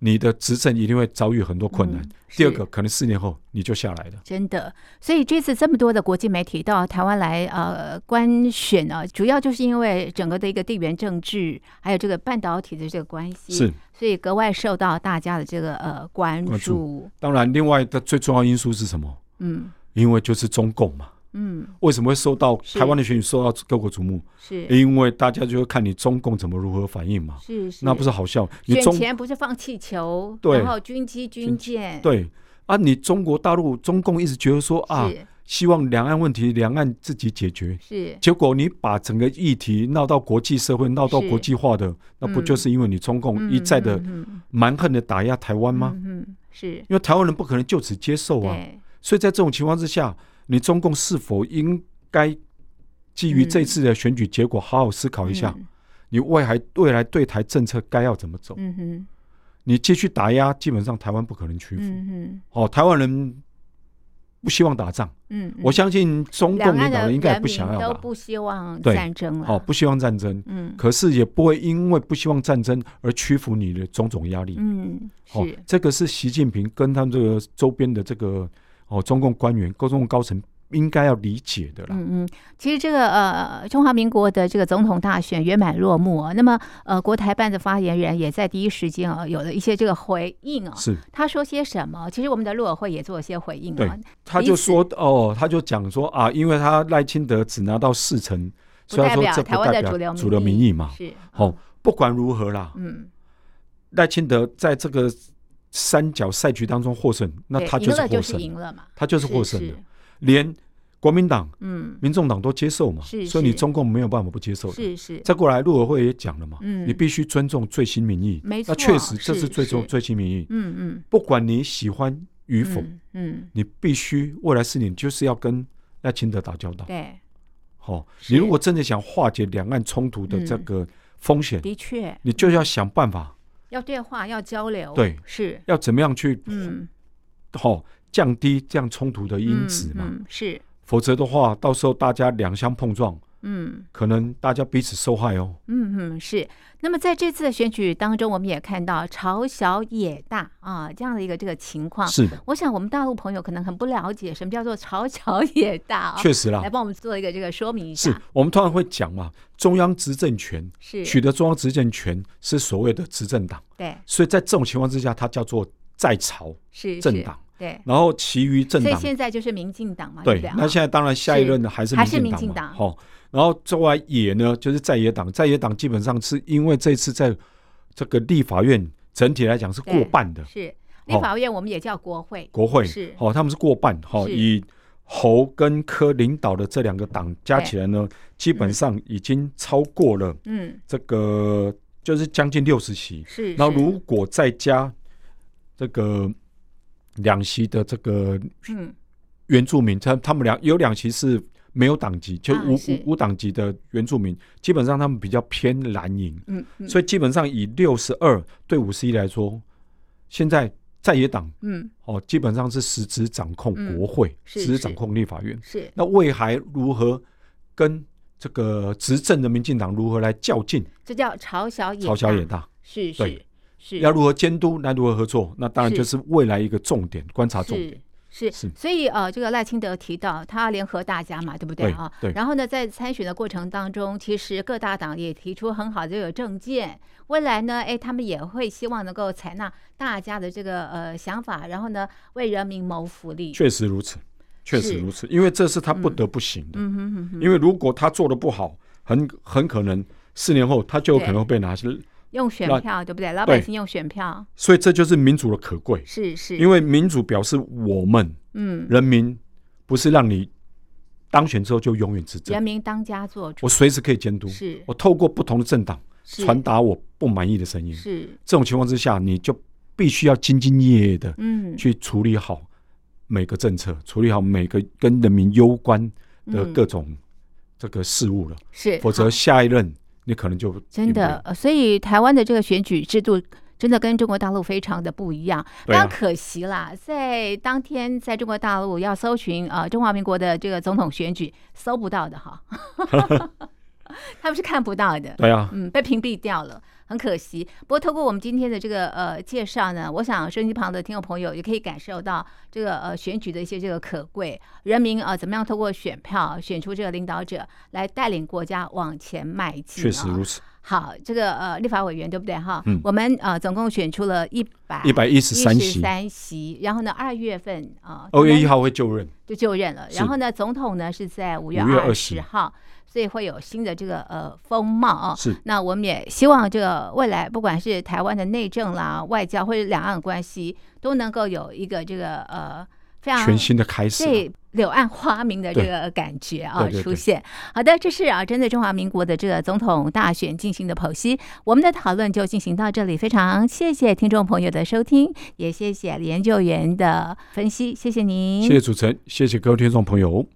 [SPEAKER 2] 你的执政一定会遭遇很多困难
[SPEAKER 1] 嗯。
[SPEAKER 2] 第二
[SPEAKER 1] 是
[SPEAKER 2] 个，可能四年后你就下来了。
[SPEAKER 1] 真的，所以这次这么多的国际媒体到台湾来呃观选呢、主要就是因为整个的一个地缘政治，还有这个半导体的这个关系，
[SPEAKER 2] 是，
[SPEAKER 1] 所以格外受到大家的这个呃关
[SPEAKER 2] 关
[SPEAKER 1] 注。
[SPEAKER 2] 当然，另外的最重要因素是什么？
[SPEAKER 1] 嗯
[SPEAKER 2] 因为就是中共嘛。
[SPEAKER 1] 嗯，
[SPEAKER 2] 为什么会受到
[SPEAKER 1] 是
[SPEAKER 2] 台湾的选举受到各国瞩目？
[SPEAKER 1] 是
[SPEAKER 2] 因为大家就会看你中共怎么如何反应嘛。
[SPEAKER 1] 是是，
[SPEAKER 2] 那不是好笑？你
[SPEAKER 1] 选
[SPEAKER 2] 中
[SPEAKER 1] 前不是放气球，
[SPEAKER 2] 对
[SPEAKER 1] 然后军机军舰，
[SPEAKER 2] 对啊，你中国大陆中共一直觉得说啊，
[SPEAKER 1] 是
[SPEAKER 2] 希望两岸问题两岸自己解决，
[SPEAKER 1] 是
[SPEAKER 2] 结果你把整个议题闹到国际社会，闹到
[SPEAKER 1] 是
[SPEAKER 2] 国际化的，那不就是因为你中共
[SPEAKER 1] 嗯
[SPEAKER 2] 一再的
[SPEAKER 1] 嗯嗯
[SPEAKER 2] 蛮横的打压台湾
[SPEAKER 1] 嗯
[SPEAKER 2] 吗？
[SPEAKER 1] 嗯嗯是，
[SPEAKER 2] 因为台湾人不可能就此接受啊。
[SPEAKER 1] 对，
[SPEAKER 2] 所以在这种情况之下，你中共是否应该基于
[SPEAKER 1] 嗯
[SPEAKER 2] 这次的选举结果，好好思考一下，
[SPEAKER 1] 嗯
[SPEAKER 2] 你未来未来对台政策该要怎么走？
[SPEAKER 1] 嗯哼嗯
[SPEAKER 2] 你继续打压，基本上台湾不可能屈服。
[SPEAKER 1] 嗯哼
[SPEAKER 2] 哦，台湾人不希望打仗。
[SPEAKER 1] 嗯，
[SPEAKER 2] 我
[SPEAKER 1] 嗯
[SPEAKER 2] 相信中
[SPEAKER 1] 两
[SPEAKER 2] 共领
[SPEAKER 1] 岸
[SPEAKER 2] 导
[SPEAKER 1] 的
[SPEAKER 2] 人应该也
[SPEAKER 1] 人
[SPEAKER 2] 不想
[SPEAKER 1] 民
[SPEAKER 2] 要
[SPEAKER 1] 都
[SPEAKER 2] 吧？
[SPEAKER 1] 不希望
[SPEAKER 2] 对
[SPEAKER 1] 战争了。
[SPEAKER 2] 哦，不希望战争，
[SPEAKER 1] 啊嗯
[SPEAKER 2] 可是也不会因为不希望战争而屈服你的种种压力。
[SPEAKER 1] 嗯，
[SPEAKER 2] 哦
[SPEAKER 1] 是，
[SPEAKER 2] 这个是习近平跟他们这个周边的这个哦中共官员、中共高层应该要理解的啦。
[SPEAKER 1] 嗯嗯，其实这个呃，中华民国的这个总统大选圆满落幕、哦，那么呃，国台办的发言人也在第一时间啊、有了一些这个回应啊、
[SPEAKER 2] 是，
[SPEAKER 1] 他说些什么？其实我们的陆委会也做了些回应啊、
[SPEAKER 2] 他就说哦，他就讲说啊，因为他赖清德只拿到四成，
[SPEAKER 1] 不
[SPEAKER 2] 所以他说
[SPEAKER 1] 代表
[SPEAKER 2] 这不
[SPEAKER 1] 台湾
[SPEAKER 2] 代
[SPEAKER 1] 的主流
[SPEAKER 2] 表
[SPEAKER 1] 民
[SPEAKER 2] 主流民
[SPEAKER 1] 意嗯
[SPEAKER 2] 意嘛。
[SPEAKER 1] 是
[SPEAKER 2] 哦，不管如何啦，
[SPEAKER 1] 嗯，
[SPEAKER 2] 赖清德在这个三角赛局当中获胜，那
[SPEAKER 1] 对
[SPEAKER 2] 他
[SPEAKER 1] 赢
[SPEAKER 2] 就是
[SPEAKER 1] 了就
[SPEAKER 2] 获
[SPEAKER 1] 是
[SPEAKER 2] 胜，
[SPEAKER 1] 赢了嘛，
[SPEAKER 2] 他就是获胜的
[SPEAKER 1] 是，
[SPEAKER 2] 连国民党、
[SPEAKER 1] 嗯，
[SPEAKER 2] 民众党都接受嘛，
[SPEAKER 1] 是
[SPEAKER 2] 所以你
[SPEAKER 1] 是
[SPEAKER 2] 中共没有办法不接受的。
[SPEAKER 1] 是是，
[SPEAKER 2] 再过来，陆委会也讲了嘛，
[SPEAKER 1] 嗯，
[SPEAKER 2] 你必须尊重最新民意。
[SPEAKER 1] 没错，
[SPEAKER 2] 那确实，这
[SPEAKER 1] 是
[SPEAKER 2] 是最重最新民意。
[SPEAKER 1] 嗯嗯，
[SPEAKER 2] 不管你喜欢与否，
[SPEAKER 1] 嗯嗯，
[SPEAKER 2] 你必须未来四年就是要跟赖清德打交道。
[SPEAKER 1] 对，
[SPEAKER 2] 好，
[SPEAKER 1] 是
[SPEAKER 2] 你如果真的想化解两岸冲突的这
[SPEAKER 1] 嗯
[SPEAKER 2] 个风险，
[SPEAKER 1] 的确
[SPEAKER 2] 你就要想办法，
[SPEAKER 1] 要对话，要交流，
[SPEAKER 2] 对，
[SPEAKER 1] 是，
[SPEAKER 2] 要怎么样去
[SPEAKER 1] 嗯，
[SPEAKER 2] 好降低这样冲突的因子嘛。
[SPEAKER 1] 嗯嗯是，
[SPEAKER 2] 否则的话，到时候大家两相碰撞，
[SPEAKER 1] 嗯。
[SPEAKER 2] 可能大家彼此受害哦。
[SPEAKER 1] 嗯嗯，是。那么在这次的选举当中，我们也看到朝小野大啊这样的一个这个情况。
[SPEAKER 2] 是，
[SPEAKER 1] 我想我们大陆朋友可能很不了解什么叫做朝小野大啊，
[SPEAKER 2] 确实
[SPEAKER 1] 来
[SPEAKER 2] 啦。
[SPEAKER 1] 帮我们做一个这个说明一
[SPEAKER 2] 是
[SPEAKER 1] 下。
[SPEAKER 2] 我们通常会讲嘛，中央执政权
[SPEAKER 1] 是，
[SPEAKER 2] 取得中央执政权是所谓的执政党，
[SPEAKER 1] 对，
[SPEAKER 2] 所以在这种情况之下，它叫做在朝
[SPEAKER 1] 是
[SPEAKER 2] 政
[SPEAKER 1] 是
[SPEAKER 2] 党，
[SPEAKER 1] 对。
[SPEAKER 2] 然后其余政
[SPEAKER 1] 所以
[SPEAKER 2] 党
[SPEAKER 1] 现在就是民进党嘛，
[SPEAKER 2] 对
[SPEAKER 1] 不对？，啊
[SPEAKER 2] 那现在当然下一
[SPEAKER 1] 是
[SPEAKER 2] 任还是
[SPEAKER 1] 还是
[SPEAKER 2] 民
[SPEAKER 1] 民
[SPEAKER 2] 进
[SPEAKER 1] 进
[SPEAKER 2] 党嘛，
[SPEAKER 1] 党
[SPEAKER 2] 哦，然后周来野呢就是在野党，在野党基本上是因为这次在这个立法院整体来讲是过
[SPEAKER 1] 对
[SPEAKER 2] 半的
[SPEAKER 1] 在是
[SPEAKER 2] 哦
[SPEAKER 1] 立法院，我们也叫国会，
[SPEAKER 2] 国会，
[SPEAKER 1] 是
[SPEAKER 2] 哦，他们是过半，哦，
[SPEAKER 1] 是
[SPEAKER 2] 以侯跟柯领导的这两个党加起来呢，基本
[SPEAKER 1] 嗯
[SPEAKER 2] 上已经超过了
[SPEAKER 1] 嗯，
[SPEAKER 2] 这个就是将近六十席，
[SPEAKER 1] 是。
[SPEAKER 2] 然后
[SPEAKER 1] 是
[SPEAKER 2] 如果再加这个两席的这个
[SPEAKER 1] 嗯
[SPEAKER 2] 原住民，他他们两有两席是没有党籍，就
[SPEAKER 1] 啊
[SPEAKER 2] 无、
[SPEAKER 1] 是
[SPEAKER 2] 无无党籍的原住民，基本上他们比较偏蓝营，
[SPEAKER 1] 嗯嗯，
[SPEAKER 2] 所以基本上以六十二对五十一来说，现在在野党
[SPEAKER 1] 嗯
[SPEAKER 2] 哦基本上是实质掌控
[SPEAKER 1] 嗯
[SPEAKER 2] 国会，
[SPEAKER 1] 是
[SPEAKER 2] 实质
[SPEAKER 1] 是
[SPEAKER 2] 掌控立法院。
[SPEAKER 1] 是
[SPEAKER 2] 那未来如何跟这个执政的民进党如何来较劲？
[SPEAKER 1] 这叫朝小野
[SPEAKER 2] 朝小野
[SPEAKER 1] 大，
[SPEAKER 2] 大
[SPEAKER 1] 是是
[SPEAKER 2] 对
[SPEAKER 1] 是
[SPEAKER 2] 要如何监督，那如何合作？那当然
[SPEAKER 1] 是
[SPEAKER 2] 就是未来一个重点观察重点
[SPEAKER 1] 是。是，
[SPEAKER 2] 是
[SPEAKER 1] 所以呃，这个赖清德提到他要联合大家嘛，对不
[SPEAKER 2] 对
[SPEAKER 1] 啊？
[SPEAKER 2] 对
[SPEAKER 1] 然后呢，在参选的过程当中，其实各大党也提出很好的这个政见，未来呢，哎，他们也会希望能够采纳大家的这个呃想法，然后呢，为人民谋福利。
[SPEAKER 2] 确实如此，确实
[SPEAKER 1] 是
[SPEAKER 2] 如此，因为这是他不得不行的。
[SPEAKER 1] 嗯哼哼哼，
[SPEAKER 2] 因为如果他做的不好，很很可能四年后他就有
[SPEAKER 1] 对
[SPEAKER 2] 可能会被拿下。
[SPEAKER 1] 用选
[SPEAKER 2] 那
[SPEAKER 1] 票对不对？老百
[SPEAKER 2] 对
[SPEAKER 1] 姓用选票
[SPEAKER 2] 所以这就是民主的可贵，
[SPEAKER 1] 是是，
[SPEAKER 2] 因
[SPEAKER 1] 为
[SPEAKER 2] 为民主表示我们
[SPEAKER 1] 嗯，
[SPEAKER 2] 人民不是让你当选之后就永远执政
[SPEAKER 1] 人，民当家作主
[SPEAKER 2] 我随时可以监督，
[SPEAKER 1] 是
[SPEAKER 2] 我透过不同的政党
[SPEAKER 1] 是
[SPEAKER 2] 传达我不满意的声音。
[SPEAKER 1] 是
[SPEAKER 2] 这种情况之下，你就必须要兢兢业业的
[SPEAKER 1] 嗯
[SPEAKER 2] 去处理好每个政策，处理好每个跟人民攸关的
[SPEAKER 1] 嗯
[SPEAKER 2] 各种这个事务了，
[SPEAKER 1] 是，
[SPEAKER 2] 否则下一任你可能就
[SPEAKER 1] 嗯真
[SPEAKER 2] 赢不了
[SPEAKER 1] 的，呃所以台湾的这个选举制度真的跟中国大陆非常的不一样。
[SPEAKER 2] 对啊
[SPEAKER 1] 当然可惜啦，在当天在中国大陆要搜寻呃中华民国的这个总统选举，搜不到的 哈，他们是看不到的。
[SPEAKER 2] 对啊，
[SPEAKER 1] 嗯，被屏蔽掉了，很可惜。不过透过我们今天的这个呃介绍呢，我想收音机旁的听众朋友也可以感受到这个呃选举的一些这个可贵，人民啊、呃怎么样透过选票选出这个领导者来带领国家往前迈进、啊。
[SPEAKER 2] 确实如此。
[SPEAKER 1] 好，这个呃，立法委员对不对哈？
[SPEAKER 2] 嗯
[SPEAKER 1] 我们呃总共选出了一百
[SPEAKER 2] 一百一十三
[SPEAKER 1] 十
[SPEAKER 2] 席，
[SPEAKER 1] 三席，然后呢，二月份啊，
[SPEAKER 2] 二月一
[SPEAKER 1] 号
[SPEAKER 2] 号会就任，
[SPEAKER 1] 就就任了。
[SPEAKER 2] 是
[SPEAKER 1] 然后呢，总统呢是在五
[SPEAKER 2] 5月
[SPEAKER 1] 二
[SPEAKER 2] 20
[SPEAKER 1] 号，所以会有新的这个呃风貌啊。
[SPEAKER 2] 是
[SPEAKER 1] 那我们也希望这个未来，不管是台湾的内政啦、外交或者两岸关系，都能够有一个这个呃非常
[SPEAKER 2] 全新的开始啊。
[SPEAKER 1] 这柳暗花明的这
[SPEAKER 2] 对
[SPEAKER 1] 个感觉啊
[SPEAKER 2] 对对对
[SPEAKER 1] 出现。好的，这是啊，针对中华民国的这个总统大选进行的剖析，我们的讨论就进行到这里。非常谢谢听众朋友的收听，也谢谢研究员的分析，谢谢您，
[SPEAKER 2] 谢谢主持人，谢谢各位听众朋友。